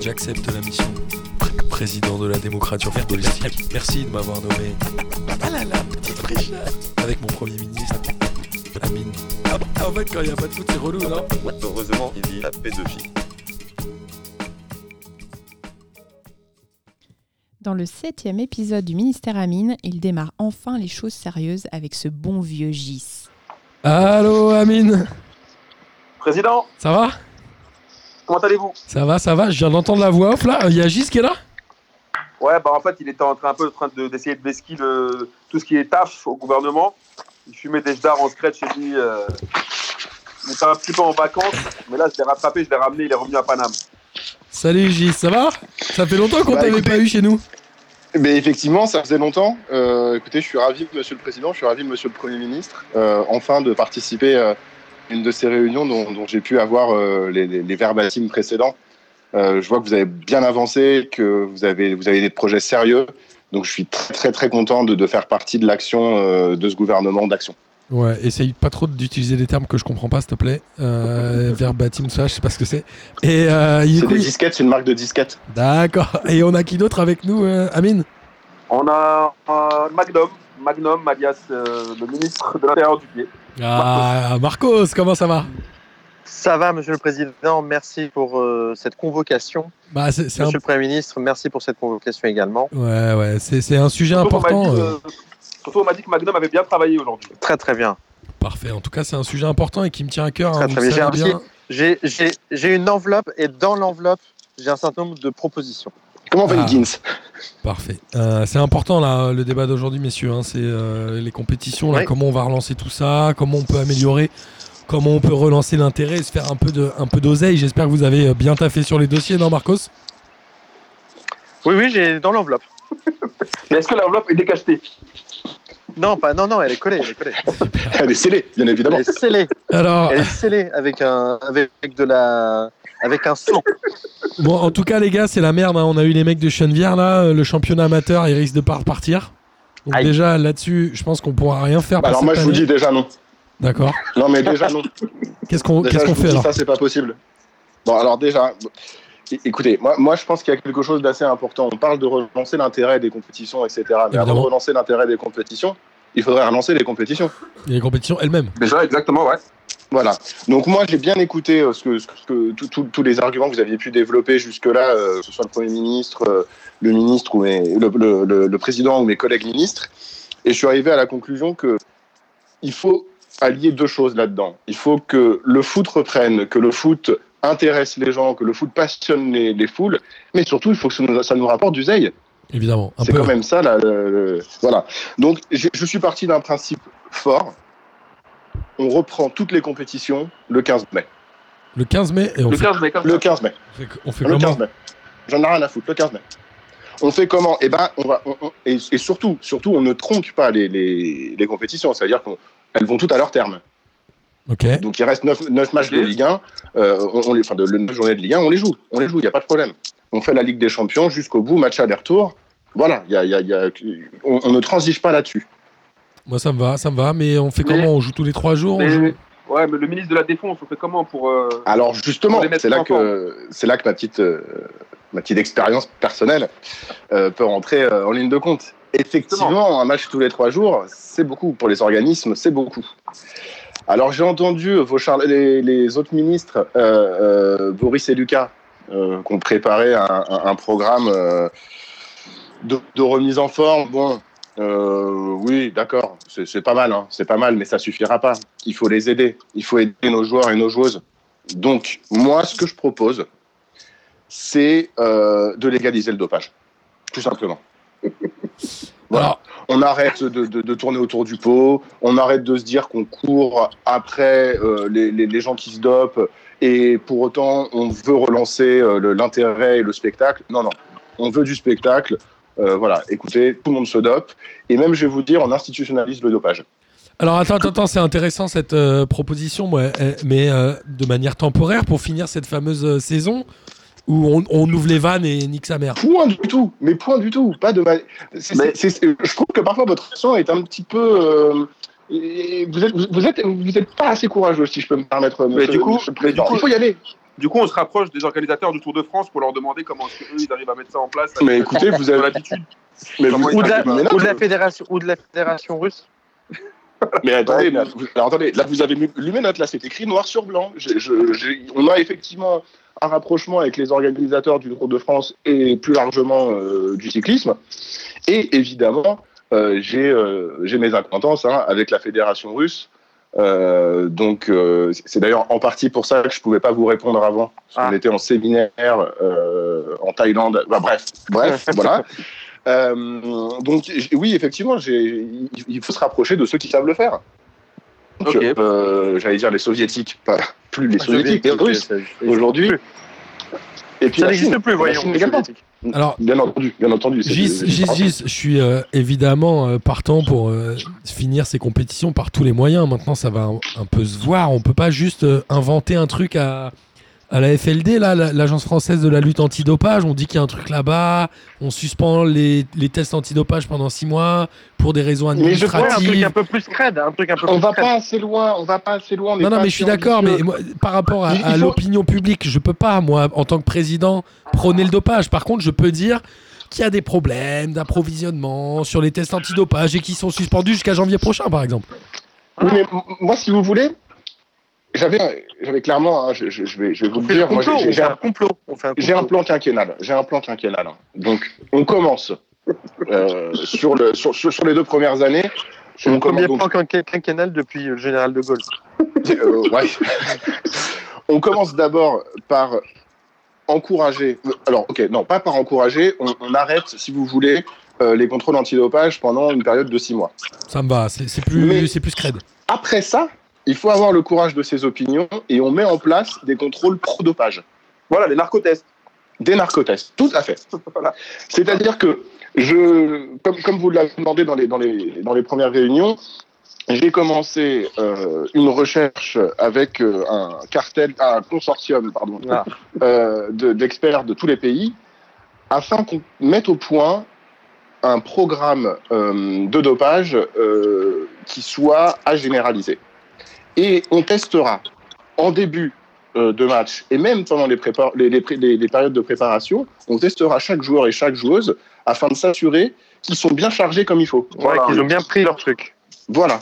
J'accepte la mission. Président de la démocratie politique. Merci de m'avoir nommé. Ah là là, petite fraîcheur. Avec mon premier ministre, Amine. Ah, ah, en fait, quand il n'y a pas de foot, c'est relou, non Heureusement, il vit à pédophile. Dans le septième épisode du Ministère Amine, il démarre enfin les choses sérieuses avec ce bon vieux Gis. Allô, Amine Président, Ça va comment allez-vous Ça va, ça va Je viens d'entendre la voix off là. Il y a Gis qui est là Ouais, bah en fait, il était en train un peu en train de- d'essayer de besquiller le- tout ce qui est taf au gouvernement. Il fumait des jdards en secret chez lui. euh, Il était un petit peu en vacances, mais là, je l'ai rattrapé, je l'ai ramené, il est revenu à Paname. Salut Gis, ça va Ça fait longtemps qu'on Bah, t'avait écoutez- pas eu chez nous. Mais effectivement, ça faisait longtemps. Euh, écoutez, je suis ravi, Monsieur le Président, je suis ravi, Monsieur le Premier ministre, euh, enfin de participer euh, à une de ces réunions dont, dont j'ai pu avoir euh, les, les, les verbatims précédents. Euh, je vois que vous avez bien avancé, que vous avez, vous avez des projets sérieux. Donc, je suis très, très, très content de, de faire partie de l'action euh, de ce gouvernement d'action. Ouais, essaye pas trop d'utiliser des termes que je comprends pas, s'il te plaît. Euh, verbatim, tout ça, je sais pas ce que c'est. Et euh, du C'est coup, des il- disquettes, c'est une marque de disquettes. D'accord. Et on a qui d'autre avec nous, euh, Amine On a un Magnum, Magnum, alias euh, le ministre de l'Intérieur du pied. Ah, Marcos, comment ça va Ça va, Monsieur le Président. Merci pour euh, cette convocation. Bah, c'est c'est un... Monsieur le Premier ministre, merci pour cette convocation également. Ouais, ouais, c'est c'est un sujet Surtout, on m'a important. dit, euh, que- surtout, on m'a dit que Magnum avait bien travaillé aujourd'hui. Très très bien. Parfait. En tout cas, c'est un sujet important et qui me tient à cœur. hein, Très, vous très le bien. savez J'ai bien. J'ai- J'ai j'ai une enveloppe et dans l'enveloppe, j'ai un certain nombre de propositions. Comment va Ah. Higgins Parfait. Euh, c'est important là le débat d'aujourd'hui, messieurs. hein. c'est euh, les compétitions. Là, Oui. Comment on va relancer tout ça Comment on peut améliorer Comment on peut relancer l'intérêt et se faire un peu de un peu d'oseille J'espère que vous avez euh, bien taffé sur les dossiers, non, Marcos Oui, oui, j'ai dans l'enveloppe. Mais est-ce que l'enveloppe est décachetée Non, pas, non, non, elle est collée, elle est collée. Elle est scellée, bien Elle évidemment. est scellée, Alors, elle est scellée avec un, avec de la, avec un son. bon, en tout cas, les gars, c'est la merde. hein. On a eu les mecs de Chenevière là, euh, le championnat amateur, il risque de pas repartir. Donc Aïe. déjà là-dessus, je pense qu'on pourra rien faire. Bah, pour alors, cette moi, je vous année. dis déjà non. D'accord. Non, mais déjà non. Qu'est-ce qu'on Déjà, qu'est-ce je qu'on vous fait dis, alors Ça, c'est pas possible. Bon, alors déjà, é- écoutez, moi, moi je pense qu'il y a quelque chose d'assez important. On parle de relancer l'intérêt des compétitions, etc. Mais avant Évidemment. de relancer l'intérêt des compétitions, il faudrait relancer les compétitions. Il y a les compétitions elles-mêmes. Déjà, exactement, ouais. Voilà. Donc moi, j'ai bien écouté euh, ce que, ce que- tout- tout- tous les arguments que vous aviez pu développer jusque-là, euh, que ce soit le Premier ministre, euh, le ministre ou mes- le, le- le- le président ou mes collègues ministres. Et je suis arrivé à la conclusion que il faut allier deux choses là-dedans. Il faut que le foot reprenne, que le foot intéresse les gens, que le foot passionne les, les foules, mais surtout, il faut que ça nous, ça nous rapporte du zeil. Évidemment. Un C'est peu. quand même ça, là. le- le- Voilà. Donc, j'ai- je suis parti d'un principe fort. On reprend toutes les compétitions le 15 mai. Le 15 mai et on Le fait, 15 mai, comme Le ça. 15 mai. on fait- on fait Le comment 15 mai. J'en ai rien à foutre. Le 15 mai. On fait comment Eh ben, on va. on- on- et, et surtout, surtout, on ne tronque pas les, les, les compétitions. C'est-à-dire qu'elles vont toutes à leur terme. Ok. Donc, il reste 9, matchs de Ok. Ligue 1. euh, on, on les, enfin, de, le 9 journées de Ligue 1, on les joue. On les joue. Il n'y a pas de problème. On fait la Ligue des Champions jusqu'au bout, match aller-retour. Voilà. il Y a, il y a- il y a- on- on ne transige pas là-dessus. Moi ça me va, ça me va, mais on fait Mais- comment On joue tous les trois jours on Mais- joue- ouais, mais le ministre de la Défense, on fait comment pour. euh, Alors justement, Pour les mettre c'est là en que c'est là que ma petite euh, ma petite expérience personnelle euh, peut rentrer euh, en ligne de compte. Effectivement, un match tous les trois jours, c'est beaucoup pour les organismes, c'est beaucoup. Alors j'ai entendu vos char- les, les autres ministres, euh, euh, Boris et Lucas, euh, qu'on préparait un, un- un programme euh, de, de remise en forme. Bon, euh, oui, d'accord, c'est c'est pas mal, hein, c'est pas mal, mais ça suffira pas. Il faut les aider, il faut aider nos joueurs et nos joueuses. Donc, moi, ce que je propose, c'est euh, de légaliser le dopage, tout simplement. voilà. Alors, On arrête de, de- de tourner autour du pot, on arrête de se dire qu'on court après euh, les, les- les gens qui se dopent, et pour autant, on veut relancer euh, le- l'intérêt et le spectacle. Non, non, on veut du spectacle. Euh, voilà, écoutez, tout le monde se dope, et même, je vais vous dire, on institutionnalise le dopage. alors attends, attends, attends, c'est intéressant cette euh, proposition, moi, euh, mais euh, de manière temporaire pour finir cette fameuse euh, saison où on, on ouvre les vannes et nique sa mère. Point du tout, mais point du tout, pas de mal. c'est- Mais- c'est- c'est- Je trouve que parfois votre son est un petit peu. euh, et vous êtes, vous êtes, vous êtes pas assez courageux, si je peux me permettre. monsieur- du coup- monsieur le président. du coup- il faut y aller. Du coup, on se rapproche des organisateurs du Tour de France pour leur demander comment est-ce qu'eux, ils arrivent à mettre ça en place. Mais écoutez, vous avez l'habitude. Mais, Comment vous- il Ou de, la, Ah, mais non, ou de la je- fédération, ou de la fédération russe. mais attendez, là, vous- alors, attendez, là vous avez lu lu mes notes, là c'est écrit noir sur blanc. Je- je- j'ai- on a effectivement un rapprochement avec les organisateurs du Tour de France et plus largement euh, du cyclisme. Et évidemment, euh, j'ai euh, j'ai mes acquaintances hein, avec la fédération russe. Euh, donc euh, c'est d'ailleurs en partie pour ça que je pouvais pas vous répondre avant. Parce qu'on Ah. était en séminaire euh, en Thaïlande. Bah, bref, bref, voilà. Euh, donc j- oui, effectivement, j'ai- il- il faut se rapprocher de ceux qui savent le faire. Donc, Ok. euh, J'allais dire les soviétiques, pas plus les soviétiques, les russes aujourd'hui. Et puis Ça la n'existe Chine. plus, La voyons. Chine également. Alors, Bien entendu, bien entendu. c'est- Gis, c'est- Gis, Gis, je suis euh, évidemment euh, partant pour euh, finir ces compétitions par tous les moyens. Maintenant, ça va un, un peu se voir. On peut pas juste euh, inventer un truc à, à la FLD, là, la- l'Agence française de la lutte antidopage. On dit qu'il y a un truc là-bas. On suspend les, les tests antidopage pendant six mois pour des raisons Mais je crois Ouais, un truc administratives. un peu plus crade, un truc un peu On plus va crade. pas assez loin, on va pas assez loin. on est Non, non, pas mais je suis assez d'accord, ambitieux. mais moi, par rapport à, Il- il à faut- l'opinion publique, je peux pas, moi, en tant que président, prôner le dopage. Par contre, je peux dire qu'il y a des problèmes d'approvisionnement sur les tests antidopage et qui sont suspendus jusqu'à janvier prochain, par exemple. Oui, mais m- moi, si vous voulez, j'avais, j'avais clairement, hein, je, je- je vais, je vais vous On le fait le dire, moi, complot, j'ai- on j'ai fait un un complot. On fait un J'ai un complot. plan quinquennal. J'ai un plan quinquennal. Donc, on commence euh, sur, le, sur, sur- sur les deux premières années. C'est le on commence premier donc- plan quinqu- quinquennal depuis le général de Gaulle. euh, ouais. on commence d'abord par encourager. Alors, ok, non, pas par encourager. On, on arrête, si vous voulez, euh, les contrôles antidopage pendant une période de six mois. Ça me va, c'est c'est plus, Mais- c'est plus cred. Après ça, il faut avoir le courage de ses opinions et on met en place des contrôles pro-dopage. Voilà, les narcotests. Des narcotests, tout à fait. Voilà. C'est-à-dire que, je, comme, comme vous l'avez demandé dans les, dans, les, dans les premières réunions, j'ai commencé euh, une recherche avec euh, un cartel, un consortium pardon, Ah. euh, de- d'experts de tous les pays, afin qu'on mette au point un programme euh, de dopage euh, qui soit à généraliser. Et on testera en début euh, de match et même pendant les, prépa- les, les pré- les- les périodes de préparation, on testera chaque joueur et chaque joueuse afin de s'assurer qu'ils sont bien chargés comme il faut. Ouais, qu'ils ont bien pris leur truc. Voilà.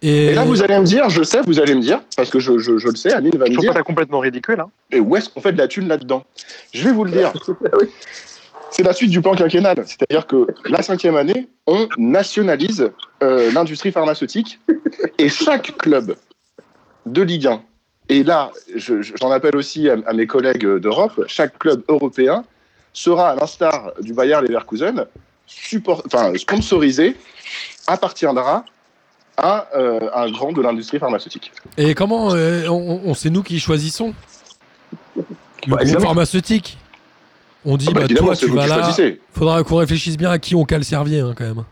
Et, Et là, vous allez me dire, je sais, vous allez me dire, parce que je, je- je le sais, Amine va Je me trouve dire, pas ça complètement ridicule. Hein. et où est-ce qu'on fait de la thune là-dedans Je vais vous le dire. Oui. C'est la suite du plan quinquennal. C'est-à-dire que la cinquième année, on nationalise euh, l'industrie pharmaceutique et chaque club de Ligue 1, et là, je- je- j'en appelle aussi à, à mes collègues d'Europe, chaque club européen sera, à l'instar du Bayer Leverkusen, support, enfin, sponsorisé, appartiendra à euh, un grand de l'industrie pharmaceutique. et comment euh, on, on- c'est nous qui choisissons Le Bah, groupe évidemment. pharmaceutique On dit, Ah bah, bah, évidemment, toi, c'est tu vous vas qui là. choisissez. Faudra qu'on réfléchisse bien à qui on cale Servier, hein, quand même.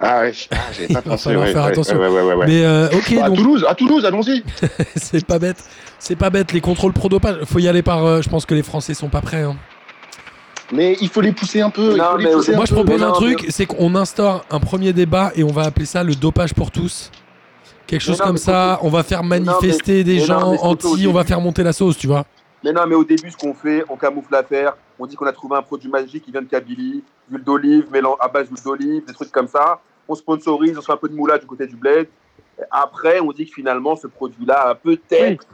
Ah oui, ah, j'avais pas Il va pensé. falloir ouais, faire ouais, attention. ouais, ouais, ouais, ouais. Mais euh, ok, Bah, à donc Toulouse, à Toulouse, allons-y. c'est pas bête. C'est pas bête, les contrôles pro-dopage. Faut y aller par. euh, je pense que les Français sont pas prêts. hein. Mais il faut les pousser un peu. il Non, faut les mais pousser C'est Moi, un je peu. propose mais un non, truc c'est qu'on instaure un premier débat et on va appeler ça le dopage pour tous. Quelque chose non, comme mais ça, on va faire mais- manifester des mais non, gens mais surtout au anti, on début. va faire monter la sauce, tu vois. Mais non, mais au début, ce qu'on fait, on camoufle l'affaire. On dit qu'on a trouvé un produit magique qui vient de Kabylie, d'huile d'olive, mélan- à base d'huile d'olive, des trucs comme ça. On sponsorise, on se fait un peu de moulage du côté du bled. Et Après, on dit que finalement, ce produit-là, a peut-être,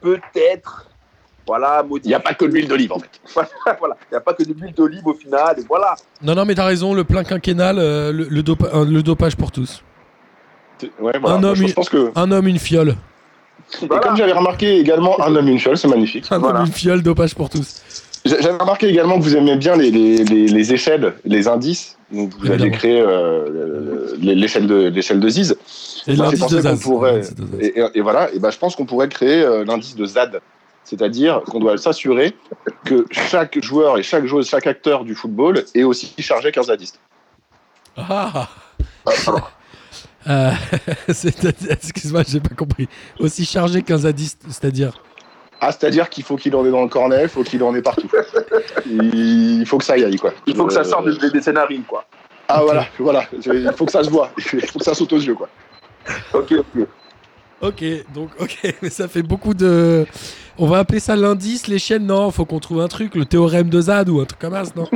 peut-être, voilà, Il n'y a pas que de l'huile d'olive en fait. voilà, il n'y a pas que de l'huile d'olive au final. Et voilà. Non, non, mais t'as raison, le plein quinquennal, euh, le, le dopa- euh, le dopage pour tous. Ouais, voilà. Un Moi, homme, je, il- je pense que. Un homme, une fiole. Et Voilà. comme j'avais remarqué également un homme une fiole, c'est magnifique. Un Voilà. homme, une fiole, dopage pour tous. J'a- J'avais remarqué également que vous aimez bien les, les, les, les échelles, les indices. Donc vous aviez Évidemment. créé euh, le- le- l'échelle de l'échelle de Ziz. Et Moi, j'ai l'indice pensé de qu'on Zaz. pourrait- L'indice de Zaz. Et, et- et voilà. Et ben je pense qu'on pourrait créer euh, l'indice de ZAD, c'est-à-dire qu'on doit s'assurer que chaque joueur et chaque joueuse, chaque acteur du football est aussi chargé qu'un zadiste. Ah Euh, c'est- Excuse-moi, j'ai pas compris. Aussi chargé qu'un zadiste, c'est-à-dire. Ah, c'est-à-dire qu'il faut qu'il en ait dans le cornet, il faut qu'il en ait partout. Il faut que ça y aille, quoi. Il faut que ça Euh, sorte des, des, des scénarios, quoi. Ah, voilà, voilà. Il faut que ça se voit. Il faut que ça saute aux yeux, quoi. Ok, ok. Ok, donc ok, mais ça fait beaucoup de. On va appeler ça l'indice, les chaînes. Non, faut qu'on trouve un truc, le théorème de Zad ou un truc comme ça, non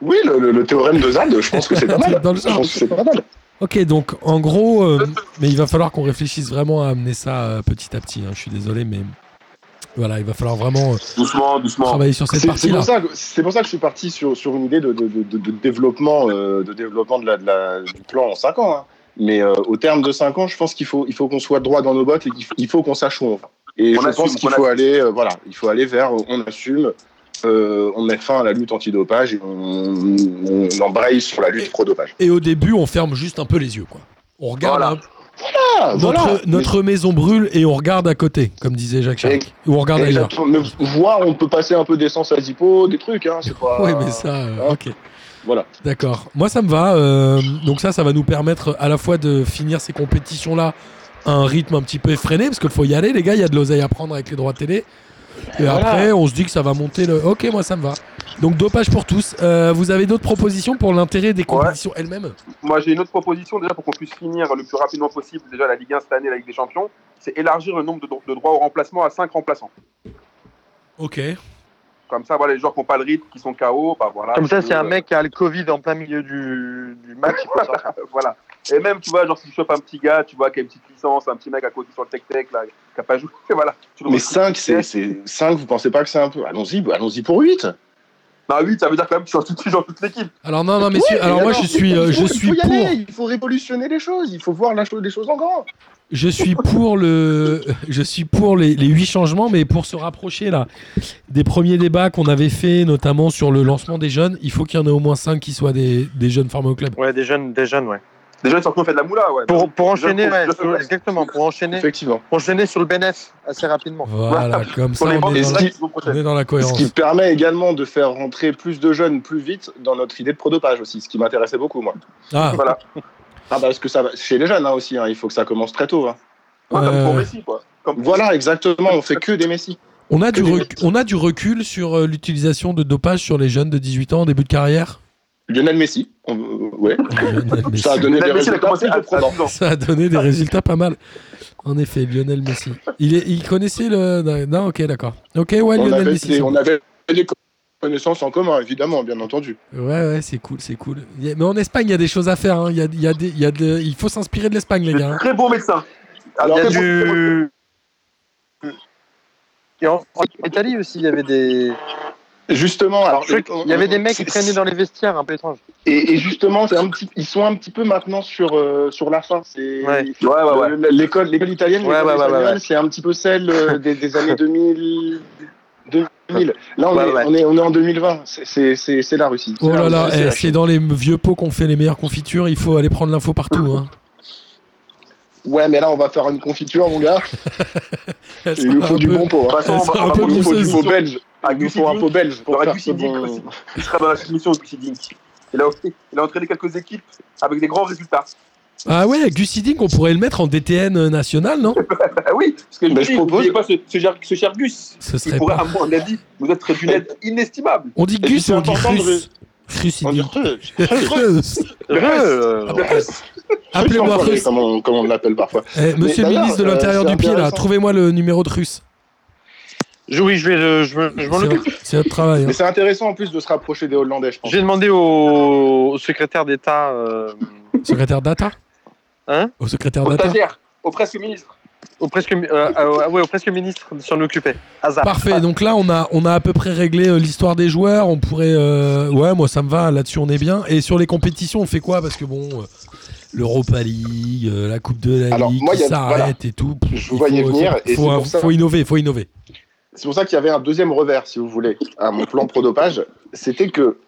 Oui, le, le- le théorème de Zad, je pense que c'est pas mal. Dans le je genre. pense que c'est pas mal. Ok, donc en gros, euh, mais il va falloir qu'on réfléchisse vraiment à amener ça euh, petit à petit. hein. Je suis désolé, mais voilà, il va falloir vraiment euh, Doucement, doucement. Ah travailler sur cette C'est c'est partie-là. pour, ça que- c'est pour ça que je suis parti sur, sur une idée de, de- de- de- de développement, euh, de développement de la, de la- du plan en 5 ans. hein. Mais euh, au terme de 5 ans, je pense qu'il faut, il faut qu'on soit droit dans nos bottes et qu'il f- il faut qu'on sache où on va. Et On je assume, pense qu'il on faut, aller, euh, voilà, il faut aller vers euh, on assume, euh, on met fin à la lutte antidopage et on, on embraye sur la lutte pro-dopage. Et au début, on ferme juste un peu les yeux, quoi. On regarde Voilà. un- Ah, notre, voilà. notre maison brûle et on regarde à côté, comme disait Jacques Chirac. Ou on regarde Mais- ailleurs. exactement. Mais voir, on peut passer un peu d'essence à Zippo, des trucs. Hein, c'est pas... Ouais, mais ça, euh, Ah. ok. Voilà. D'accord. Moi, ça me va. euh, donc ça, ça va nous permettre à la fois de finir ces compétitions-là à un rythme un petit peu effréné, parce qu'il faut y aller, les gars. Il y a de l'oseille à prendre avec les droits télé. Et Voilà. après, on se dit que ça va monter le. Ok, moi, ça me va. Donc dopage pour tous. Euh, vous avez d'autres propositions pour l'intérêt des compétitions elles-mêmes Moi, j'ai une autre proposition déjà pour qu'on puisse finir le plus rapidement possible déjà la Ligue 1 cette année, la Ligue des Champions. C'est élargir le nombre de, dro- de droits au remplacement à 5 remplaçants. Ok. Comme ça, voilà, les joueurs qui n'ont pas le rythme, qui sont KO, bah voilà. Comme ça, tu c'est peux, un euh, mec qui a le Covid en plein milieu du, du match. il peut sortir. voilà. Et même, tu vois, genre, si tu chopes un petit gars, tu vois, qui a une petite licence, un petit mec à côté sur le tech-tech, là, qui n'a pas joué, voilà. Tu le Mais recrutes. 5, c'est, c'est 5, vous pensez pas que c'est un peu. Allons-y, bah, allons-y pour 8. Non, 8, Bah, ça veut dire quand même que tu changes tout de suite dans toute l'équipe. Alors non, non, messieurs. alors moi, je suis, euh, je suis il faut y pour. aller, il faut révolutionner les choses, il faut voir la chose, les choses en grand. Je suis pour le, je suis pour les, les huit changements, mais pour se rapprocher là des premiers débats qu'on avait fait, notamment sur le lancement des jeunes, il faut qu'il y en ait au moins cinq qui soient des, des jeunes formés au club. Ouais, des jeunes, des jeunes, ouais. Déjà, surtout, on fait de la moula, ouais. Pour, pour Je enchaîner, trouve- ouais, je sur- trouve- exactement, pour enchaîner, Effectivement. pour enchaîner sur le BNF assez rapidement. Voilà, comme ça, Sur les on bancs, est, c'est dans la la, qui- saison on prochaine. est dans la Ce cohérence. qui permet également de faire rentrer plus de jeunes plus vite dans notre idée de prodopage aussi, ce qui m'intéressait beaucoup, moi. Ah, Voilà. Ah, bah, parce que ça va chez les jeunes hein, aussi, hein, il faut que ça commence très tôt. hein. Ouais, Comme pour euh, Messi, quoi. Comme Voilà, exactement, on fait que des Messi. on a du recul, on a du recul sur euh, l'utilisation de dopage sur les jeunes de 18 ans en début de carrière. Lionel Messi, on- euh, ouais. Lionel Messi. ça a donné Lionel des Messi, il a résultats commencé plus à de 12 probants. ans. Ça a donné des résultats pas mal. En effet, Lionel Messi. Il, est, il connaissait le. Non, ok, d'accord. Ok, ouais, On Lionel avait, Messi. des, ça on avait des connaissances en commun, évidemment, bien entendu. Ouais, ouais, c'est cool, c'est cool. Il y a- Mais en Espagne, il y a des choses à faire. hein. Il, y a, il y a des, il, y a de- il faut s'inspirer de l'Espagne, les Des gars. hein. Très bon médecin. Alors, Très Il y a bon- du. Et en, en Italie aussi, il y avait des. Justement, alors, Je sais qu'il y avait des mecs qui c'est- traînaient dans les vestiaires, un peu étrange. Et, et justement, c'est un petit, ils sont un petit peu maintenant sur, euh, sur la fin. C'est Ouais. Ouais, ouais, ouais. Le- le- l'école, l'école italienne, Ouais, l'école ouais, ouais, espagnole, ouais. c'est un petit peu celle euh, des, des années 2000. 2000. Là, on, Ouais, est, ouais. on, est, on est en 2020. C'est- C'est c'est- c'est la Russie. Oh C'est la là là, Russie, c'est eh, la c'est dans les vieux pots qu'on fait les meilleures confitures. Il faut aller prendre l'info partout. hein. Chine. Ouais, mais là, on va faire une confiture, mon gars. Elle Il nous sera faut un du peu- bon pot. hein. De toute façon, Elle on sera va- un on va peu Il nous prendre une faut du pot mousseuse. photo. belge. Ah, Il nous faut un Gucci pot belge pour J'aurais faire dû ce signer bon- aussi. Il sera dans la mission de Gucci Dink. Il a, il a entraîné quelques équipes avec des grands résultats. Ah ouais, Guciding, on pourrait le mettre en DTN national, non Ah oui, parce que Ben, je dis, propose- n'oubliez pas ce, ce, ger- ce cher Gus. Ce Il serait pourrait, pas. à mon avis, nous être d'une aide inestimable. On dit Et puis, Gus c'est ou on dit important de- Russe On dit Ruciding. re- Heureux, euh, Appelez-moi re- Russe. comme on, comme on l'appelle parfois. Eh, monsieur le d'ailleurs, ministre de euh, l'Intérieur c'est du Pied, là, intéressant. trouvez-moi le numéro de Russe. je- Oui, je vais, le- je, me- je m'en C'est occupe. votre- C'est votre travail. hein. Mais c'est intéressant en plus de se rapprocher des Hollandais, je pense. J'ai demandé au, au secrétaire d'État. euh, Secrétaire data Hein Au secrétaire Au data stagiaire, au presque ministre. au presque, euh, euh, ah ouais, au presque ministre s'en occupait. Hasard. Parfait, donc là on a, on a à peu près réglé euh, l'histoire des joueurs, on pourrait... euh, Ouais moi ça me va, là-dessus on est bien. Et sur les compétitions on fait quoi Parce que bon, euh, l'Europa League, euh, la Coupe de la Alors, Ligue, moi, qui il y a- s'arrête voilà. et tout. pff, Je vous il voyais faut- venir, faut- et faut, c'est euh, pour ça- faut innover, faut innover. C'est pour ça qu'il y avait un deuxième revers, si vous voulez, à mon plan pro-dopage. C'était que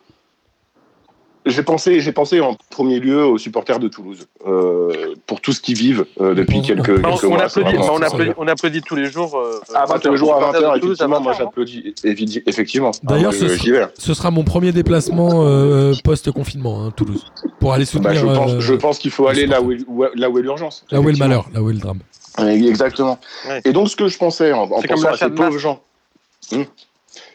j'ai pensé, j'ai pensé en premier lieu aux supporters de Toulouse euh, pour tout ce qu'ils vivent euh, depuis On- quelques, on- quelques Bah, on, on mois. c'est applaudit, vraiment- bah, on, ça, applaudit, ça. on applaudit tous les jours. euh, Ah, bah, tous les jours à 20h, de Toulouse, à effectivement, moi 20h, hein. j'applaudis, évi- effectivement. D'ailleurs, Ah, ce je- sera- j'y vais. Ce sera mon premier déplacement euh, post-confinement, hein, Toulouse. Pour aller soutenir... Bah, je, pense, euh, je pense qu'il faut le aller là sport. où, est- où- là où est l'urgence. Là où est le effectivement. malheur, là où est le drame. Oui, Exactement. Ouais. Et donc, ce que je pensais en, en C'est comme pensant à l'achat ces de pauvres masques. gens hmm,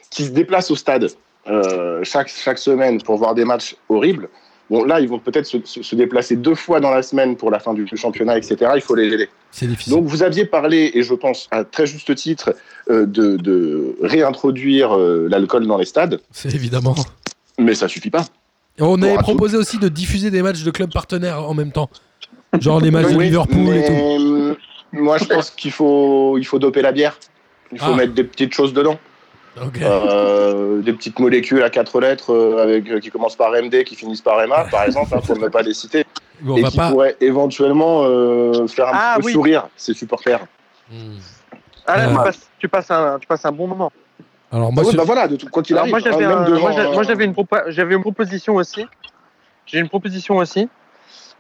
qui se déplacent au stade euh, chaque, chaque semaine pour voir des matchs horribles, Bon, là, ils vont peut-être se, se- se déplacer deux fois dans la semaine pour la fin du championnat, etc. Il faut les aider. C'est difficile. Donc vous aviez parlé, et je pense à très juste titre, euh, de, de réintroduire euh, l'alcool dans les stades, C'est évidemment. mais ça suffit pas. Et on avait à tout. proposé aussi de diffuser des matchs de clubs partenaires en même temps. Genre les matchs de Liverpool et tout. Mais, euh, Moi je pense qu'il faut, il faut doper la bière. Il faut Ah. mettre des petites choses dedans. Ok. Euh, des petites molécules à quatre lettres euh, avec, euh, qui commencent par MD, qui finissent par MA, par exemple, hein, pour ne pas les citer. Bon, et on va qui pas. pourraient éventuellement euh, faire un Ah, petit peu oui. sourire ses supporters. Hmm. Ah là, Euh, tu, passes, tu passes un, tu passes un bon moment. Alors moi, Ah oui, sur- bah voilà, de tout, quoi qu'il arrive. Alors, moi, j'avais hein, même un- devant, moi, j'a- moi, euh, j'avais une, propo- j'avais une proposition aussi. J'ai une proposition aussi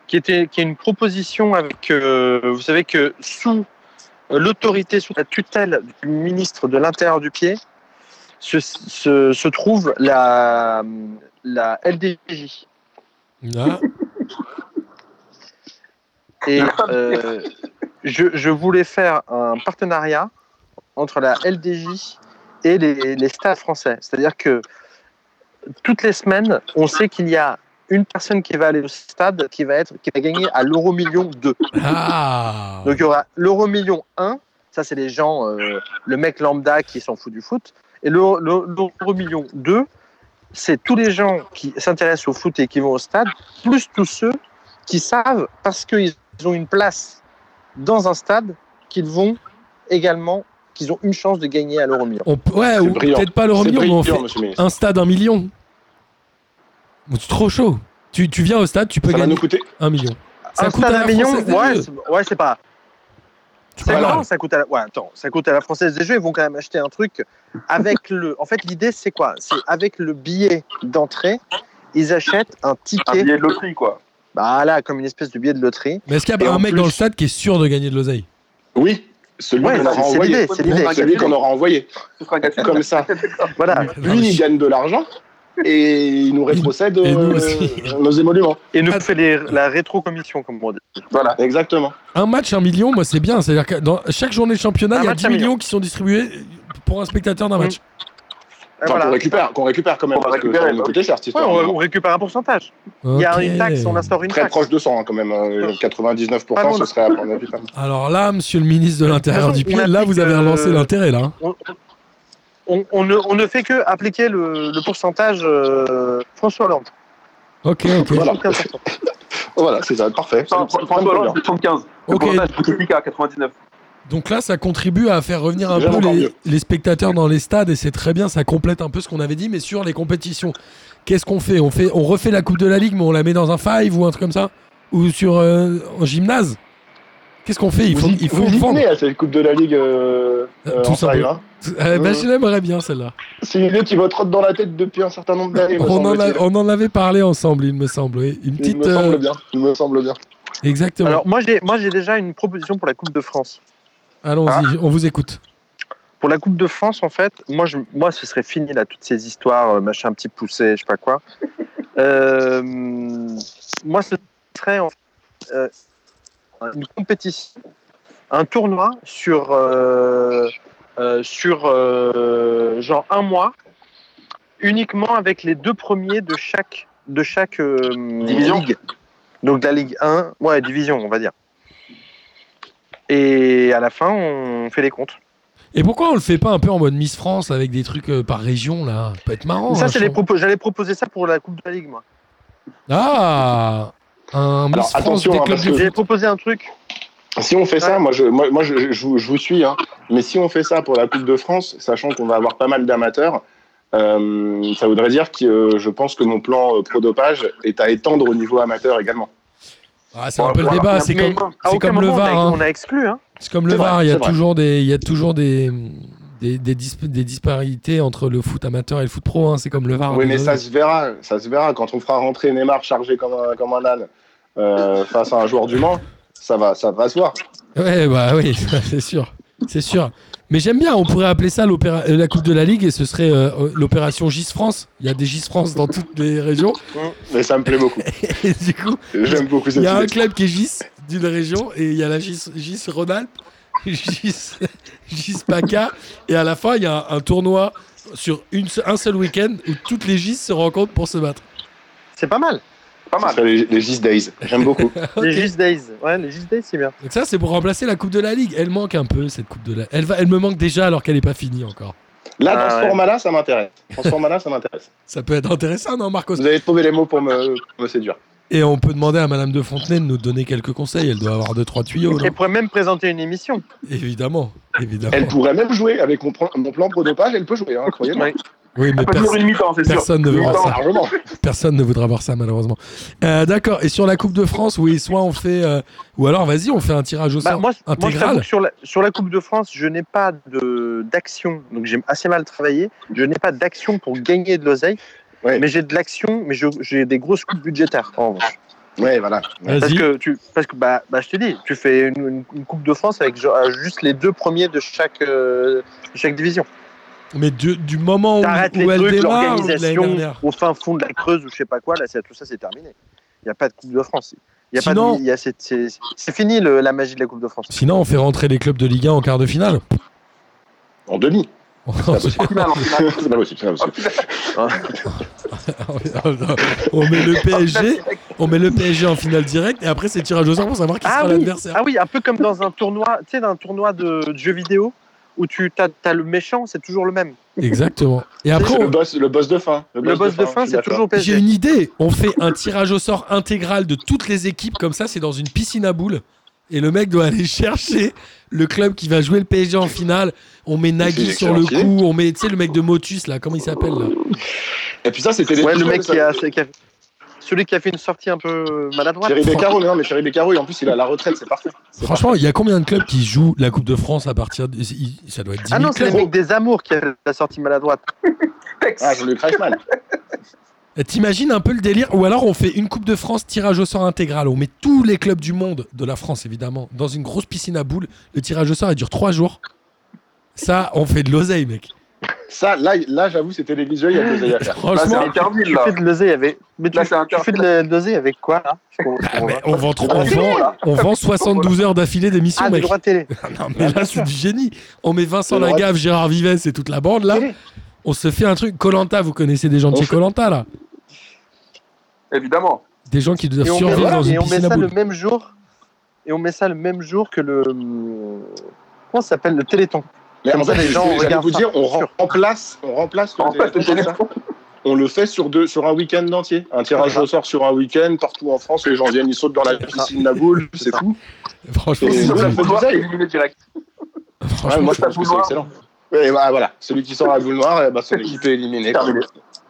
qui était qui est une proposition avec euh, vous savez que sous euh, l'autorité sous la tutelle du ministre de l'intérieur du pied se, se, se trouve la la LDJ bah Ah, et euh, je, je voulais faire un partenariat entre la LDJ et les, les stades français. C'est-à-dire que toutes les semaines, on sait qu'il y a une personne qui va aller au stade qui va, être, qui va gagner à l'euro million 2. Ah. Donc il y aura l'euro million 1, ça c'est les gens, euh, le mec lambda qui s'en fout du foot, et l'euro l'euro- l'euro million 2, c'est tous les gens qui s'intéressent au foot et qui vont au stade, plus tous ceux qui savent, parce qu'ils ont une place dans un stade, qu'ils vont également, qu'ils ont une chance de gagner à l'euro million. On peut- Ouais, ou brillant. peut-être pas l'euro C'est million, mais on fait brillant, monsieur le ministre. un stade un million. Bon, C'est trop chaud. Tu, tu viens au stade, tu peux Ça va gagner nous coûter. un million. Ça un coûte stade à à la million, Française des ouais, Jeux. c'est- ouais, c'est pas. Tu C'est vois, grand, là, ça coûte à la... ouais, attends, ça coûte à la française des jeux, ils vont quand même acheter un truc avec le en fait l'idée c'est quoi C'est avec le billet d'entrée, ils achètent un Un ticket billet de loterie, quoi. bah là comme une espèce de billet de loterie. Mais est-ce qu'il y a Et pas un en mec plus- dans le stade qui est sûr de gagner de l'oseille Oui, celui Ouais, qu'on c'est- aura c'est envoyé. l'idée, c'est l'idée. Celui qu'on aura envoyé. Ce sera gratuit. Comme ça. Voilà, Lui, il gagne de l'argent et il nous rétrocède Et nous euh, aussi. nos émoluments. et nous fait les- la rétro-commission comme on dit. Voilà, exactement. Un match, un million, moi c'est bien. C'est-à-dire que dans chaque journée de championnat, Un il y a match, 10 un millions million. qui sont distribués pour un spectateur d'un Mm. match. Ah, Enfin, voilà. qu'on récupère, qu'on récupère quand même. On va parce que récupérer, ça va nous bah coûter cher, cette Ouais, histoire. on, on récupère un pourcentage. Il y a une taxe, on instaure une Très taxe. proche de 100 hein, quand même. euh, Pas 99% loin. ce serait à prendre la putain. Alors là, monsieur le ministre de l'Intérieur De du toute façon, Pied, on là applique, vous avez relancé euh, l'intérêt là. hein. On, on ne, on ne fait que appliquer le, le pourcentage euh, François Hollande. Ok, ok. Voilà. 75%. Oh, Voilà, c'est ça, parfait. Ça Enfin, me- ça me François plaît Hollande, 75. Le Ok. pourcentage Bouteflika à 99. Donc là, ça contribue à faire revenir un Déjà peu encore les, mieux. les spectateurs dans les stades et c'est très bien, ça complète un peu ce qu'on avait dit. Mais sur les compétitions, qu'est-ce qu'on fait on, fait on refait la Coupe de la Ligue, mais on la met dans un five ou un truc comme ça Ou sur euh, en gymnase Qu'est-ce qu'on fait Il Vous faut, y- il faut vous y vendre. tenez à cette Coupe de la Ligue euh, Euh, euh, tout en simplement. taille, hein. Eh ben, je l'aimerais bien celle-là. C'est une idée qui me trotte dans la tête depuis un certain nombre d'années. me On en, a- semble-t-il. on en avait parlé ensemble, il me semble. oui. Une Il petite. me semble euh, bien. Il me semble bien. exactement. Alors moi j'ai moi j'ai déjà une proposition pour la Coupe de France. Allons-y, ah. on vous écoute. pour la Coupe de France, en fait, moi, je, moi ce serait fini, là, toutes ces histoires, euh, machin, petit poussé, je sais pas quoi. Euh, moi, ce serait en fait, euh, une compétition, un tournoi sur, euh, euh, sur euh, genre un mois, uniquement avec les deux premiers de chaque, de chaque euh, Division. ligue. Donc de la Ligue 1, ouais, division, on va dire. Et à la fin, on fait les comptes. Et pourquoi on le fait pas un peu en mode Miss France avec des trucs euh, par région là Ça peut être marrant. hein, ça, c'est je les trouve. propos- j'allais proposer ça pour la Coupe de la Ligue, moi. Ah Un Miss Alors, France attention, des hein, clubs parce de que- J'avais proposé un truc. Si on fait Ouais. ça, moi je, moi, moi, je, je- je vous, je vous suis, hein. mais si on fait ça pour la Coupe de France, sachant qu'on va avoir pas mal d'amateurs, euh, ça voudrait dire que euh, je pense que mon plan euh, pro-dopage est à étendre au niveau amateur également. Ah, c'est un peu le débat, c'est Mais comme, à c'est aucun comme le Ah, moment, on a- VAR. hein. on a exclu. Hein. C'est comme le C'est vrai, VAR, il y a c'est vrai. toujours des, il y a toujours des, des, des dis- des disparités entre le foot amateur et le foot pro. hein. C'est comme le VAR. oui, mais désolé. ça se verra, ça se verra. Quand on fera rentrer Neymar chargé comme un, comme un âne euh, face à un joueur du Mans, ça va, ça va se voir. Ouais, bah oui, c'est sûr, c'est sûr. Mais j'aime bien. On pourrait appeler ça l'opéra- euh, la Coupe de la Ligue et ce serait euh, l'opération Gis France. Il y a des Gis France dans toutes les régions. Hmm. Mais ça me plaît beaucoup. Et du coup, J'aime beaucoup il cette y a un idée. club qui est Gis d'une région et il y a la Gis, Gis Rhône-Alpes, Gis, Gis PACA. Et à la fin, il y a un, un tournoi sur une, se- un seul week-end où toutes les Gis se rencontrent pour se battre. C'est pas mal. Pas Ce mal. serait les, les Gis Days. J'aime beaucoup. Les Just Days. Ouais, les Just Days, c'est bien. Donc ça, c'est pour remplacer la Coupe de la Ligue. Elle manque un peu, cette Coupe de la Elle, va... Elle me manque déjà alors qu'elle n'est pas finie encore. Là, dans Ah, ce ouais. format-là, ça m'intéresse. Dans ce format-là, ça m'intéresse. Ça peut être intéressant, non, Marcos Vous avez trouvé les mots pour me, pour me séduire. Et on peut demander à Madame de Fontenay de nous donner quelques conseils. Elle doit avoir deux, trois tuyaux, non Elle pourrait même présenter une émission. Évidemment, évidemment. Elle pourrait même jouer avec mon, plan- mon plan pro-dopage, elle peut jouer, hein, croyez-moi. Ouais. Oui, mais Pas toujours personne, une mi-temps, c'est sûr. personne ne Ah, verra ça. largement. Personne ne voudra voir ça malheureusement. Euh, D'accord. Et sur la Coupe de France, oui, soit on fait, euh, ou alors vas-y, on fait un tirage au Bah, sort moi, je- moi, je intégral. t'avoue que sur la, sur la Coupe de France, je n'ai pas de- d'action. Donc, j'ai assez mal travaillé. Je n'ai pas d'action pour gagner de l'oseille. Ouais. Mais j'ai de l'action, mais je- j'ai des grosses coupes budgétaires. en revanche. Ouais, voilà. Ouais. Parce Vas-y. que, tu, parce que bah, bah, je te dis, tu fais une, une- une Coupe de France avec genre, euh, juste les deux premiers de chaque, euh, de chaque division. Mais du, du moment où, T'arrêtes où les elle trucs, démarre, ou de l'année l'organisation, dernière. au fin fond de la Creuse ou je sais pas quoi, là, c'est- tout ça, c'est terminé. Il n'y a pas de Coupe de France. Il y a pas de- Sinon- il y a cette- C'est c'est fini le- la magie de la Coupe de France. Sinon, on fait rentrer les clubs de Ligue 1 en quart de finale. En demi. on Bah, c'est pas possible. c'est pas possible. Hein. met le PSG, on met le PSG en finale directe, et après c'est tirage au sort pour savoir qui Ah sera oui. l'adversaire. Ah oui, un peu comme dans un tournoi, tu sais, dans un tournoi de, de jeux vidéo où tu as, le méchant, c'est toujours le même. Exactement. Et après, C'est on- le boss, le boss de fin. Le boss de fin, je suis c'est d'accord. toujours j'ai PSG. une idée. On fait un tirage au sort intégral de toutes les équipes comme ça. C'est dans une piscine à boules. Et le mec doit aller chercher le club qui va jouer le PSG en finale. On met Nagui C'est sur le excellent. coup. On met, tu sais, le mec de Motus là. Comment il s'appelle là Et puis ça, c'était les Ouais, le deux mec seuls, qui a, ça. qui a- celui qui a fait une sortie un peu maladroite. Thierry Beccaro, mais non, mais Thierry Beccaro, en plus, il a la retraite, c'est parfait. C'est Franchement, il y a combien de clubs qui jouent la Coupe de France à partir de. il- Ça doit être 10 Ah 000 non, c'est clubs. le mec des amours qui a fait la sortie maladroite. parfait. Ah, Jean-Luc Reichmann. T'imagines un peu le délire Ou alors on fait une Coupe de France tirage au sort intégral. On met tous les clubs du monde, de la France évidemment, dans une grosse piscine à boules. Le tirage au sort, il dure 3 jours. Ça, on fait de l'oseille, mec. Ça, là, là j'avoue, c'était les visuels, il y a deux affaires. Là, c'est Franchement, interdit, Tu là. fais de l'osé avec. Mais tu, Là, c'est un tu fais de la- de l'osé avec quoi là Je comprends- je Ah, comprends mais pas. on vend, trop- on C'est bon, vend, là. on vend 72 heures d'affilée d'émissions, Ah, des mec. droits télé. Non, mais là, c'est du génie. On met Vincent Des droits- Lagaffe, Gérard Vives et toute la bande, là. On se fait un truc. Colanta, vous connaissez des gens de On chez fait- Colanta, là Évidemment. Des gens qui doivent Et on met, survivre voilà, dans et une on met piscine à ça le boules. même jour. Et on met ça le même jour que le. hum, Comment ça s'appelle Le Téléthon. Mais Comme en ça, fait, les gens j'allais regardent vous ça. dire, on rem- Sûr. remplace, on remplace le En fait, le téléphone comme ça. téléphone. On le fait sur deux, sur un week-end entier. Un tirage au sort sur un week-end, partout en France, les gens viennent, ils sautent dans la piscine, la boule, c'est fou. Franchement, Et c'est ça, du- ça fait du sale. Éliminé direct. franchement, Ouais, Ah, moi, je ça pense que c'est boule excellent. Ouais, bah, voilà, celui qui sort à la boule noire, eh ben, son équipe est éliminée. quoi. Terminé.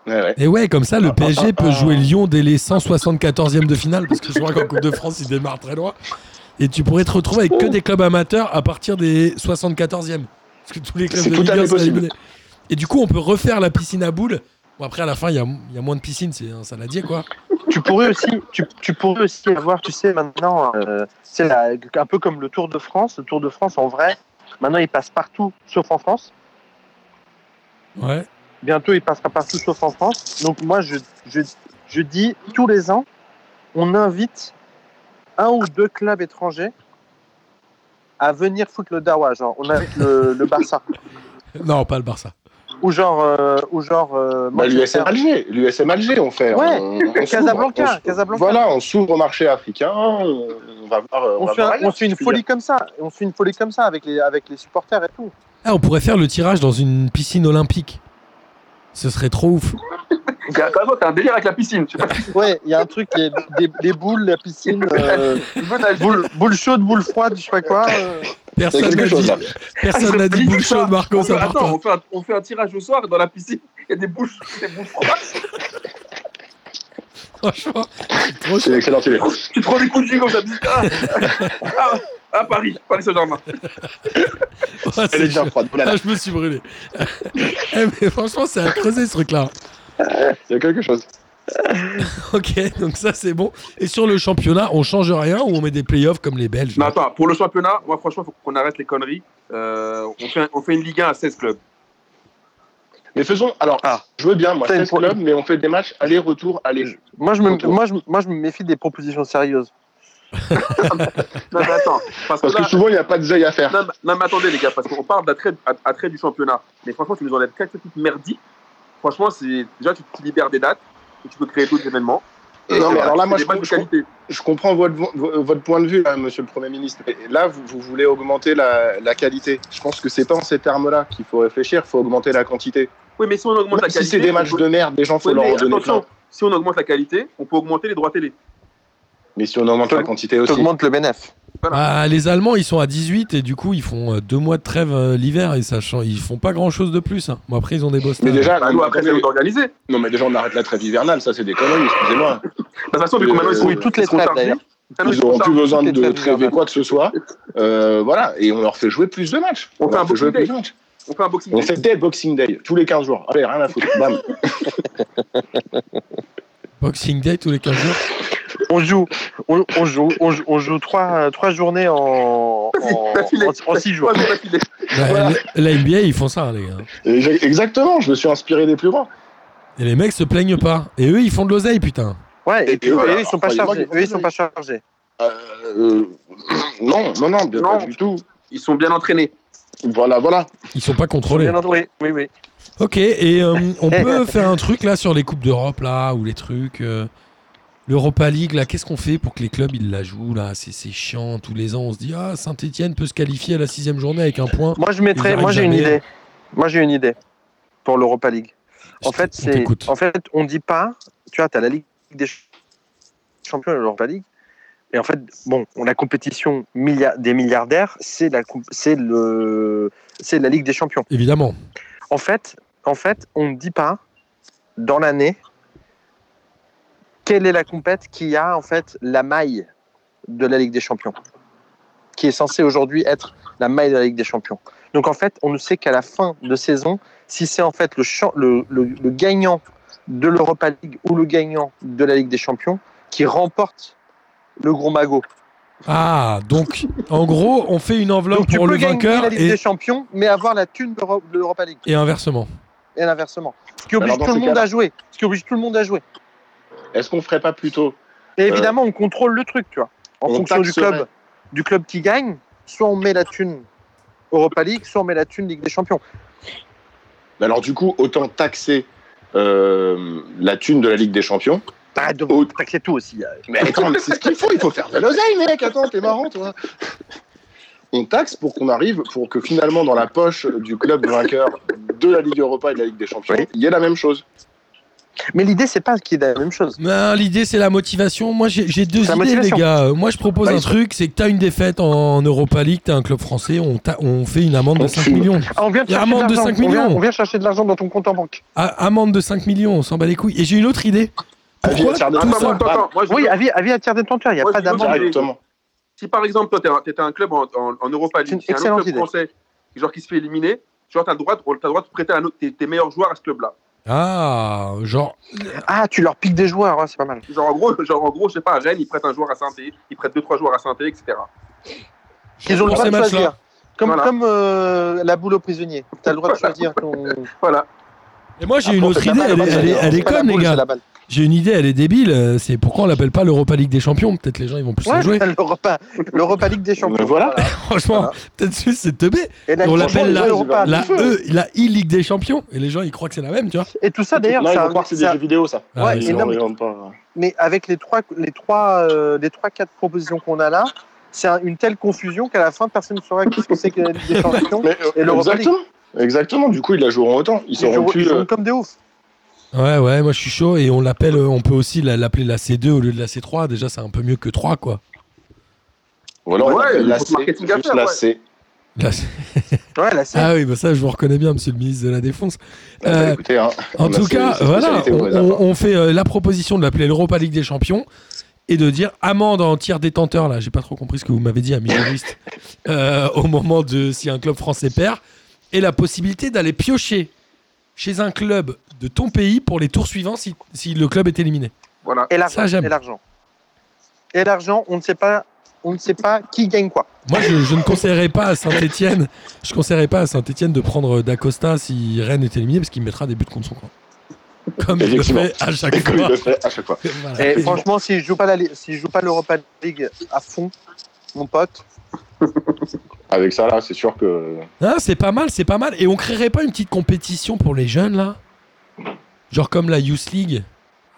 Ouais, ouais. Et ouais, comme ça, le Ah, ah, PSG ah, peut ah. jouer Lyon dès les 174e de finale, parce que je crois qu'en Coupe de France, il démarre très loin. Et tu pourrais te retrouver avec que des clubs amateurs à partir des 74e. Parce que tous les clubs C'est de tout Ligue à 1 fait sont possible. éliminés. Et du coup, on peut refaire la piscine à boules. Bon, après, à la fin, il y a, il y a moins de piscine, c'est un saladier, quoi. tu pourrais aussi, tu, tu pourrais aussi avoir, tu sais, maintenant, euh, c'est la- un peu comme le Tour de France. Le Tour de France, en vrai, maintenant, il passe partout, sauf en France. Ouais. Bientôt, il passera partout, sauf en France. Donc, moi, je, je, je dis, tous les ans, on invite un ou deux clubs étrangers à venir foutre le Dawa. Genre, on invite le, le Barça. Non, pas le Barça. Ou genre, euh, ou genre euh, Bah, Manchester. L'USM Alger, l'USM Alger, on fait. Ouais, on- on s'ouvre, on Casablanca, s'ouvre. Casablanca. Voilà, on s'ouvre au marché africain, on on va voir. euh, On, va se fait, voir un- ailleurs, on se fait si une je puis folie comme ça. On se fait une folie comme ça avec les, avec les supporters et tout. Ah, on pourrait faire le tirage dans une piscine olympique. Ce serait trop ouf. T'as t'as un délire avec la piscine. Je sais pas si Ouais, il y a un truc, il y a des, des boules, la piscine, euh, tu veux nager. boule, boule chaude, boule froide, je sais pas quoi. euh. dire. Il y a Personne n'a quelque chose hein. Ah, dit, là. personne n'a dit Ah, Dis bouche ça. chaude, Marco, On fait- ça part Attends, pas. on fait, un, on fait un tirage au soir dans la piscine. Il y a des bouches, des bouches froides. Franchement, c'est trop C'est une chaud. excellente idée. Tu te prends des coups de jus comme ça. Ah, ah, à Paris, Paris Saint-Germain. Ouais, Elle est c'est bien froide. Voilà, Ah, je me suis brûlé. Eh, mais franchement, c'est à creuser ce truc-là. il y a quelque chose. Ok, donc ça c'est bon. Et sur le championnat, on change rien ou on met des playoffs comme les Belges Non, là attends, pour le championnat, moi, franchement, faut qu'on arrête les conneries. Euh, on, fait, on fait une Ligue 1 à 16 clubs. Mais faisons. Alors, Ah. je veux bien, moi, T'as une 16 pro- clubs, mais on fait des matchs aller-retour, aller. Moi, je me, Autour. moi, je, moi, je me méfie des propositions sérieuses. Non, mais attends, parce que Parce que là, souvent, il n'y a pas de zèle à faire. non, mais- non, mais attendez, les gars, parce qu'on parle d'attrait à- attrait du championnat. Mais franchement, tu nous enlèves quelques petites merdiques. Franchement, c'est déjà, tu te libères des dates et tu peux créer d'autres événements. Non, mais alors là, moi, C'est je, des bonnes je- qualités. je comprends votre, vo- votre point de vue, là, monsieur le Premier ministre. Mais là, vous, vous voulez augmenter la, la qualité. Je pense que c'est pas en ces termes-là qu'il faut réfléchir, il faut augmenter la quantité. Oui, mais si on augmente la Même si qualité. c'est des on matchs peut- de merde, des gens, faut Oui, leur mais en donner attention, plein. si on augmente la qualité, on peut augmenter les droits télé. Mais si on augmente la quantité aussi. T'augmentes le bénéf. Voilà. Ah, les Allemands, ils sont à 18 et du coup, ils font euh, deux mois de trêve euh, l'hiver et ça, change- ils font pas grand chose de plus. hein. Bon, après, ils ont des bosses. Mais déjà, Bah, non, nous, Ah, mais après, c'est attendez, nous d'organiser. non, mais déjà, on arrête la trêve hivernale, ça c'est des conneries, excusez-moi. De toute façon, vu que Euh, maintenant, ils sont- oui, toutes les ils sont trêves, tardifs. d'ailleurs. Ah non, ils Ils sont auront tardifs. plus besoin Tout est de trêve trêver hivernale. quoi que ce soit. Euh, voilà, et on leur fait jouer plus de matchs. On fait leur un Boxing jouer Day. plus de matchs. On fait un boxing. On fait des Boxing Day tous les 15 jours. Allez, rien à foutre. Bam. Boxing Day tous les 15 jours. On joue, on, on joue, on, joue- on joue trois, trois journées en, en, d'affilée. en- en six jours. Ouais, mais d'affilée. La, Voilà. Bah, la NBA, ils font ça, hein, les gars. Et j'ai- Exactement, je me suis inspiré des plus grands. Et les mecs se plaignent pas. Et eux, ils font de l'oseille, putain. Ouais, Et et puis voilà, eux, ils sont pas croyez-moi chargés. qu'ils Eux, ils sont vont pas chargés. Euh, euh, non, non, non, bien Non. pas du tout. Ils sont bien entraînés. Voilà, voilà. Ils sont pas contrôlés. Bien entendu. Oui, oui. Ok, et euh, on peut faire un truc là sur les coupes d'Europe là ou les trucs. euh, L'Europa League, là, qu'est-ce qu'on fait pour que les clubs ils la jouent là C'est c'est chiant tous les ans. On se dit ah Saint-Etienne peut se qualifier à la sixième journée avec un point. Moi, je mettrais. Ils Moi, j'ai une arrivent jamais. idée. Moi, j'ai une idée pour l'Europa League. En Je- fait, on c'est, t'écoute. en fait, on dit pas. Tu vois, t'as la Ligue des Ch- Champions, l'Europa League. Et en fait, bon, la compétition milliard- des milliardaires, c'est la, comp- c'est le, c'est la Ligue des Champions. Évidemment. En fait, en fait, on ne dit pas dans l'année quelle est la compète qui a en fait la maille de la Ligue des Champions, qui est censée aujourd'hui être la maille de la Ligue des Champions. Donc en fait, on ne sait qu'à la fin de saison si c'est en fait le, champ- le- le- le gagnant de l'Europa League ou le gagnant de la Ligue des Champions qui remporte le gros magot. Ah donc en gros on fait une enveloppe Donc tu pour peux le gagner la vainqueur Ligue et, des Champions, mais avoir la thune de l'Euro- de l'Europa League. et inversement. et l'inversement. Ce qui Alors, oblige dans tout le ces monde cas-là- à jouer. Ce qui oblige tout le monde à jouer. Est-ce qu'on ferait pas plutôt Et évidemment, on contrôle le truc, tu vois. En Euh, On fonction du taxerait. club, du club qui gagne, soit on met la thune Europa League, soit on met la thune Ligue des Champions. Ben, Alors du coup, autant taxer euh, la thune de la Ligue des Champions. Arrête de Oh. taxer tout aussi. euh. Mais attends, mais c'est ce qu'il faut, il faut faire de l'oseille, mec. Attends, t'es marrant, toi. On taxe pour qu'on arrive, pour que finalement dans la poche du club vainqueur de la Ligue Europa et de la Ligue des Champions, Oui. il y ait la même chose. Mais l'idée, c'est pas qu'il y ait la même chose. Ben, L'idée c'est la motivation. Moi j'ai j'ai deux C'est la idées les motivation. gars. Euh, Moi je propose Bah, un ils- truc, c'est que t'as une défaite en, en Europa League, t'as un club français, on, t'a- on fait une amende de On 5 fume. millions. Ah, on vient de Il y a chercher de amende de l'argent. 5 On, vient, millions. on vient chercher de l'argent dans ton compte en banque. A- Ah, amende de 5 millions, on s'en bat les couilles. Et j'ai une autre idée. Ah, Pourquoi viens, tiens, tout attends, ça- Attends, attends, attends. Moi, je Oui, veux- ah. avis, avis à tiers détenteur, il n'y a Moi, pas je veux d'amende. dire- Directement. Si par exemple, toi, t'es un- t'es un club en, en, en Europa C'est League, une c'est un excellente autre club idée. français genre, qui se fait éliminer, genre, t'as le droit, de- t'as le droit de prêter un autre- tes, tes meilleurs joueurs à ce club-là. Ah, genre, Ah, tu leur piques des joueurs, ouais, c'est pas mal. Genre, en gros, genre, en gros, je sais pas, à Rennes, ils prêtent un joueur à Saint-Étienne, ils prêtent deux, trois joueurs à Saint-Étienne, etc. Ils ont le Pour droit ces de matchs-là. choisir. Comme, Voilà. comme euh, la boule aux prisonniers. Tu as le droit de choisir ton. Voilà. Et moi j'ai une Après, autre c'est la idée, balle, elle, est- c'est elle est, la- elle est c'est pas la conne les boule, c'est gars. la balle. J'ai une idée, elle est débile. euh, C'est pourquoi on l'appelle pas l'Europa League des Champions Peut-être les gens ils vont plus la Ouais, jouer. l'Europa, l'Europa League des Champions. Mais voilà. Franchement, Voilà. Ah, peut-être juste c'est teubé. Et la On Ligue l'appelle des la- Champions, l'Europa. La feu. E, la I Ligue des Champions. Et les gens ils croient que c'est la même, tu vois. Et tout ça Ah, d'ailleurs, non, ils ça- vont croire que c'est des ça- jeux vidéo, ça. Ah, Ouais, oui, et c'est Ils non, en vrai. mais- regardent pas. mais avec les trois, les trois, euh, les trois, quatre propositions qu'on a là, c'est un- une telle confusion qu'à la fin personne ne saura qu'est-ce que c'est que la Ligue des Champions. Mais, euh, Et l'Europa League. exactement. Exactement. Du coup, ils la joueront autant. Ils Ils auront jouent- ils plus. jouent euh, comme des oufs. Ouais, ouais, moi je suis chaud. Et on l'appelle, euh, on peut aussi la- l'appeler la C2 au lieu de la C3. Déjà c'est un peu mieux que 3 quoi. Ou alors, Ouais, on appelle il la faut C, marketing à juste faire, la ouais. C. La- Ouais, là, c'est Ah oui, bah ça je vous reconnais bien, monsieur le ministre de la Défense. Ah, bah, Euh, écoutez, hein, En on a tout ses- cas, ses voilà, spécialités on, pour les apports. on- on fait euh, la proposition de l'appeler l'Europa League des Champions et de dire amende en tiers détenteur. Là, j'ai pas trop compris ce que vous m'avez dit, ami juriste, euh, au moment de si un club français perd et la possibilité d'aller piocher chez un club de ton pays pour les tours suivants si, si le club est éliminé. Voilà. et Ça, l'argent. j'aime. Et l'argent. Et l'argent, on ne sait pas, on ne sait pas qui gagne quoi. Moi, je, je ne conseillerais pas à Saint-Etienne, je conseillerais pas à Saint-Etienne de prendre euh, D'Acosta si Rennes est éliminé parce qu'il mettra des buts contre son camp. Comme il le Effectivement. fait à chaque Et comme il fois. le fait à chaque fois. Voilà. Et franchement, s'ils jouent pas la, Ligue- s'ils jouent pas l'Europa League à fond, mon pote, Avec ça, là, c'est sûr que. Ah, c'est pas mal, c'est pas mal. Et on créerait pas une petite compétition pour les jeunes là Genre comme la Youth League,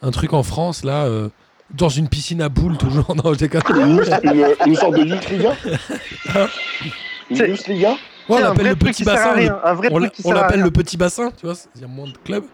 un truc en France là, euh, dans une piscine à boules toujours. Non, je déconne. Une, une- une sorte de Youth Liga Une C'est- Youth hein. Liga Ouais, on C'est un appelle vrai le truc petit qui sert à bassin. le- rien, un vrai On l'a- truc qui on sert à l'appelle rien. le petit bassin, tu vois, il y a moins de clubs.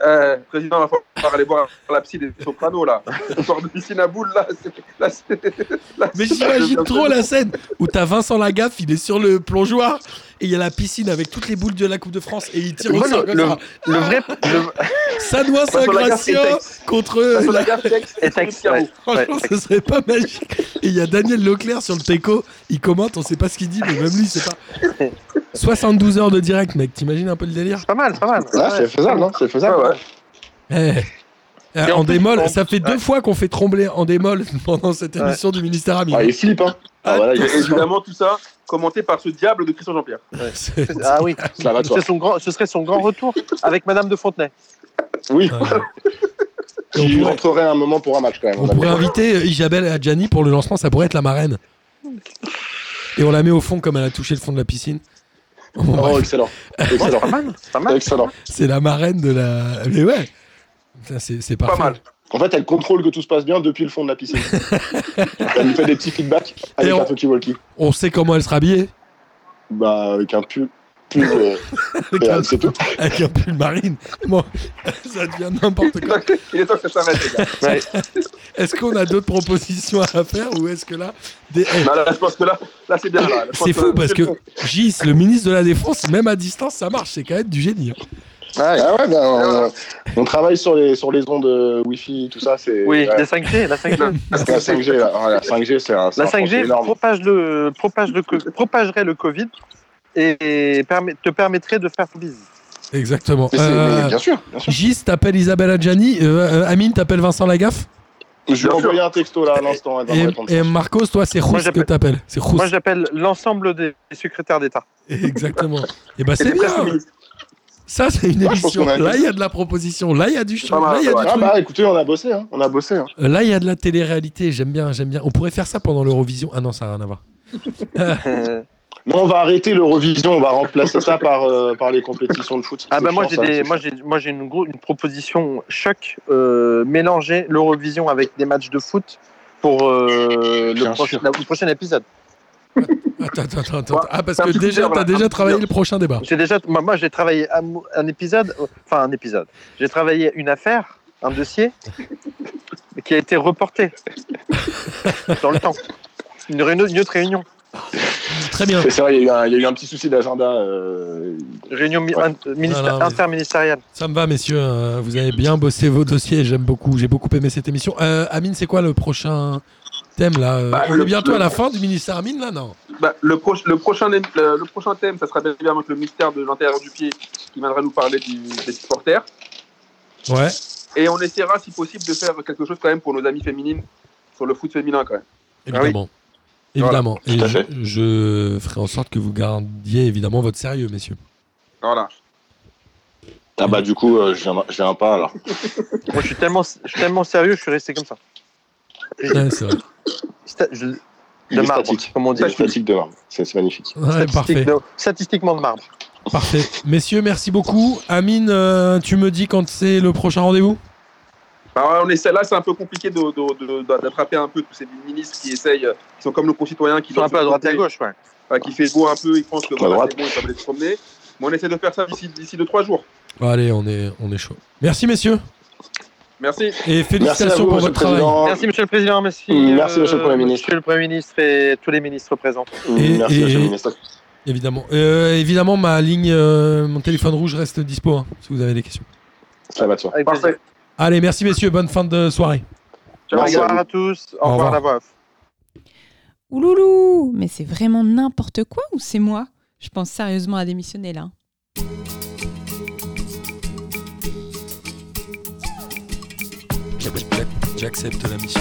Euh, président, il va falloir aller voir la psy des sopranos, là. Cette histoire de piscine à boules, là, c'est... là, c'est- là, Mais c'est- j'imagine trop la scène où t'as Vincent Lagaffe, il est sur le plongeoir et il y a la piscine avec toutes les boules de la Coupe de France et il tire au Moi, sort le, comme le- ça. le vrai, le- Sanois Vincent Lagaffe, c'est Saint-Gratien Tex. contre euh, Vincent eux. Lagaffe, Tex, Et et Philippe Tex, Caro. ouais. Franchement, ce serait pas magique. Et il y a Daniel Leclerc sur le Teco, il commente, on sait pas ce qu'il dit, mais même lui, il sait pas. 72 heures de direct, mec, t'imagines un peu le délire c'est pas mal, c'est pas mal. Là, c'est faisable, non C'est faisable. Ouais, ouais. Eh. Eh, Et en en plus, démol, on- ça fait deux fois qu'on fait trembler en démol pendant cette Ouais. émission du ministère ami. Ah, il flippe, hein Ah, voilà, il Et évidemment, tout ça commenté par ce diable de Christian Jean-Pierre. C'est- Ah oui, ça va, toi. c'est son grand, ce serait son grand retour avec Madame de Fontenay. Oui. Ouais. Et on Il pourrait- rentrerait un moment pour un match, quand même. On a pourrait bien- inviter euh, Isabelle Adjani pour le lancement, ça pourrait être la marraine. Et on la met au fond comme elle a touché le fond de la piscine. Bon, bref, Oh, excellent. Excellent. Pas mal, c'est pas mal. Excellent. c'est la marraine de la. Mais ouais Putain, C'est c'est parfait. Pas mal. En fait, elle contrôle que tout se passe bien depuis le fond de la piscine. elle nous fait des petits feedbacks avec Et on- un talkie-walkie. On sait comment elle sera habillée Bah, avec un pull. pull euh, avec, et, un, euh, c'est tout. avec un pull marine. Bon, ça devient n'importe quoi. Il est temps que ça s'arrête, les gars. Est-ce qu'on a d'autres propositions à faire ou est-ce que là. des- eh, Non, là, je pense que là, là c'est bien. là. Je pense C'est fou là, parce c'est que le fond. Gis, le ministre de la Défense, même à distance, ça marche. C'est quand même du génie. hein. Ah ouais, ben, on, on travaille sur les, sur les ondes euh, Wi-Fi, tout ça. C'est, Oui, ouais, la 5G, la 5G. c'est la 5G. là. Ouais, la 5G, c'est un, c'est La un projet 5G énorme. propage le, propage le, co- propagerait le Covid et permet- te permettrait de faire bise. Exactement. Mais c'est- Euh, mais bien sûr, bien sûr. Gis, t'appelles Isabelle Adjani. euh, euh, Amine, t'appelles Vincent Lagaffe. Je lui ai Bien envoyé un texto là à l'instant, elle va me Et, répondre. et Marcos, toi, c'est Rousse que j'appelle- t'appelles. C'est Rousse. Moi, j'appelle l'ensemble des secrétaires d'État. Exactement. Et bah, c'est C'était presque bien. ministre. Ça, c'est une Moi, je pense émission. qu'on a- Là, il y a de la proposition. Là, il y a du show. Pas mal, Là, il y a pas du Ah truc. bah écoutez, on a bossé, hein. on a bossé. Hein. Euh, Là, il y a de la télé-réalité. J'aime bien, j'aime bien. On pourrait faire ça pendant l'Eurovision. Ah non, ça n'a rien à voir. Euh, Non, on va arrêter l'Eurovision, on va remplacer ça par, euh, par les compétitions de foot. ah bah Je moi pense, j'ai hein, des, c'est moi ça. j'ai, moi j'ai une, gros- une proposition choc euh, mélanger l'Eurovision avec des matchs de foot pour euh, le, Bien proche- sûr. la- le prochain épisode. Attends, attends, attends, attends. Ouais, Ah, parce c'est un que petit déjà, teaser, t'as là, un déjà petit travaillé teaser. le prochain débat. J'ai déjà, moi, moi, j'ai travaillé un, un épisode, euh, enfin un épisode. J'ai travaillé une affaire, un dossier qui a été reporté dans le temps. Une, réunion, une autre réunion, Très bien. C'est vrai, il y, a eu un- il y a eu un petit souci d'agenda. euh, réunion mi- Ouais. in- ministère- Non, non, mais- interministérielle. Ça me va, messieurs. Euh, Vous avez bien bossé vos dossiers. J'aime beaucoup. J'ai beaucoup aimé cette émission. Euh, Amine, c'est quoi le prochain thème là Euh, Bah, On le- est bientôt le- à la fin du ministère Amine là, non Bah, le, proche- le, prochain, le, le prochain thème, ça sera bien évidemment le mystère de l'intérieur du pied qui viendra nous parler du, des supporters. Ouais. Et on essaiera, si possible, de faire quelque chose quand même pour nos amies féminines sur le foot féminin quand même. Évidemment. Ah Évidemment. Tout à Et je, je ferai en sorte que vous gardiez évidemment votre sérieux, messieurs. Voilà. Ah bah du coup, euh, j'ai un- j'ai un pas alors. Moi, je suis tellement, je suis tellement sérieux, je suis resté comme ça. Ouais, c'est vrai. Sta- je- Il de est marbre, statique. comme on dit. C'est statique de marbre. C'est c'est magnifique. Ouais, Statistique parfait. de- statistiquement de marbre. Parfait. Messieurs, merci beaucoup. Amine, euh, tu me dis quand c'est le prochain rendez-vous Alors, Bah, on essaie, là, c'est un peu compliqué de- de- de- de- d'attraper un peu tous ces ministres qui essayent, euh, qui sont comme nos concitoyens, qui Ils sont un peu à droite et à gauche, ouais. Enfin, qui fait beau un peu, ils pensent que À droite. c'est bon, ils peuvent aller se promener. Mais on essaie de faire ça d'ici d'ici deux, trois jours. Allez, on est, on est chaud. Merci, messieurs. Merci. Et Merci à félicitations vous, pour monsieur le votre travail. président. Merci, monsieur le président. Merci, euh, Merci, monsieur le Premier ministre. Monsieur le Premier ministre et tous les ministres présents. Et- Merci, et- monsieur le ministre. Évidemment. Euh, évidemment, ma ligne, euh, mon téléphone rouge reste dispo hein, si vous avez des questions. Ça va de soi. Avec plaisir. Parfait. Allez, merci, messieurs. Bonne fin de soirée. Au Merci à revoir vous. à tous. Au Au revoir. revoir, la voix. off. Ouloulou Mais c'est vraiment n'importe quoi ou c'est moi Je pense sérieusement à démissionner là. J'ac- J'accepte la mission.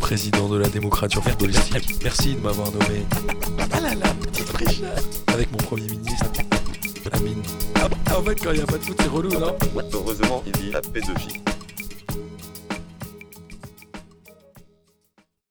Président de la démocratie politique, merci de m'avoir nommé. Ah là là, petite préchette. Avec mon premier ministre, Amine. Ah, en fait, quand il n'y a pas de foot, c'est relou, non Heureusement, il vit à pédophile.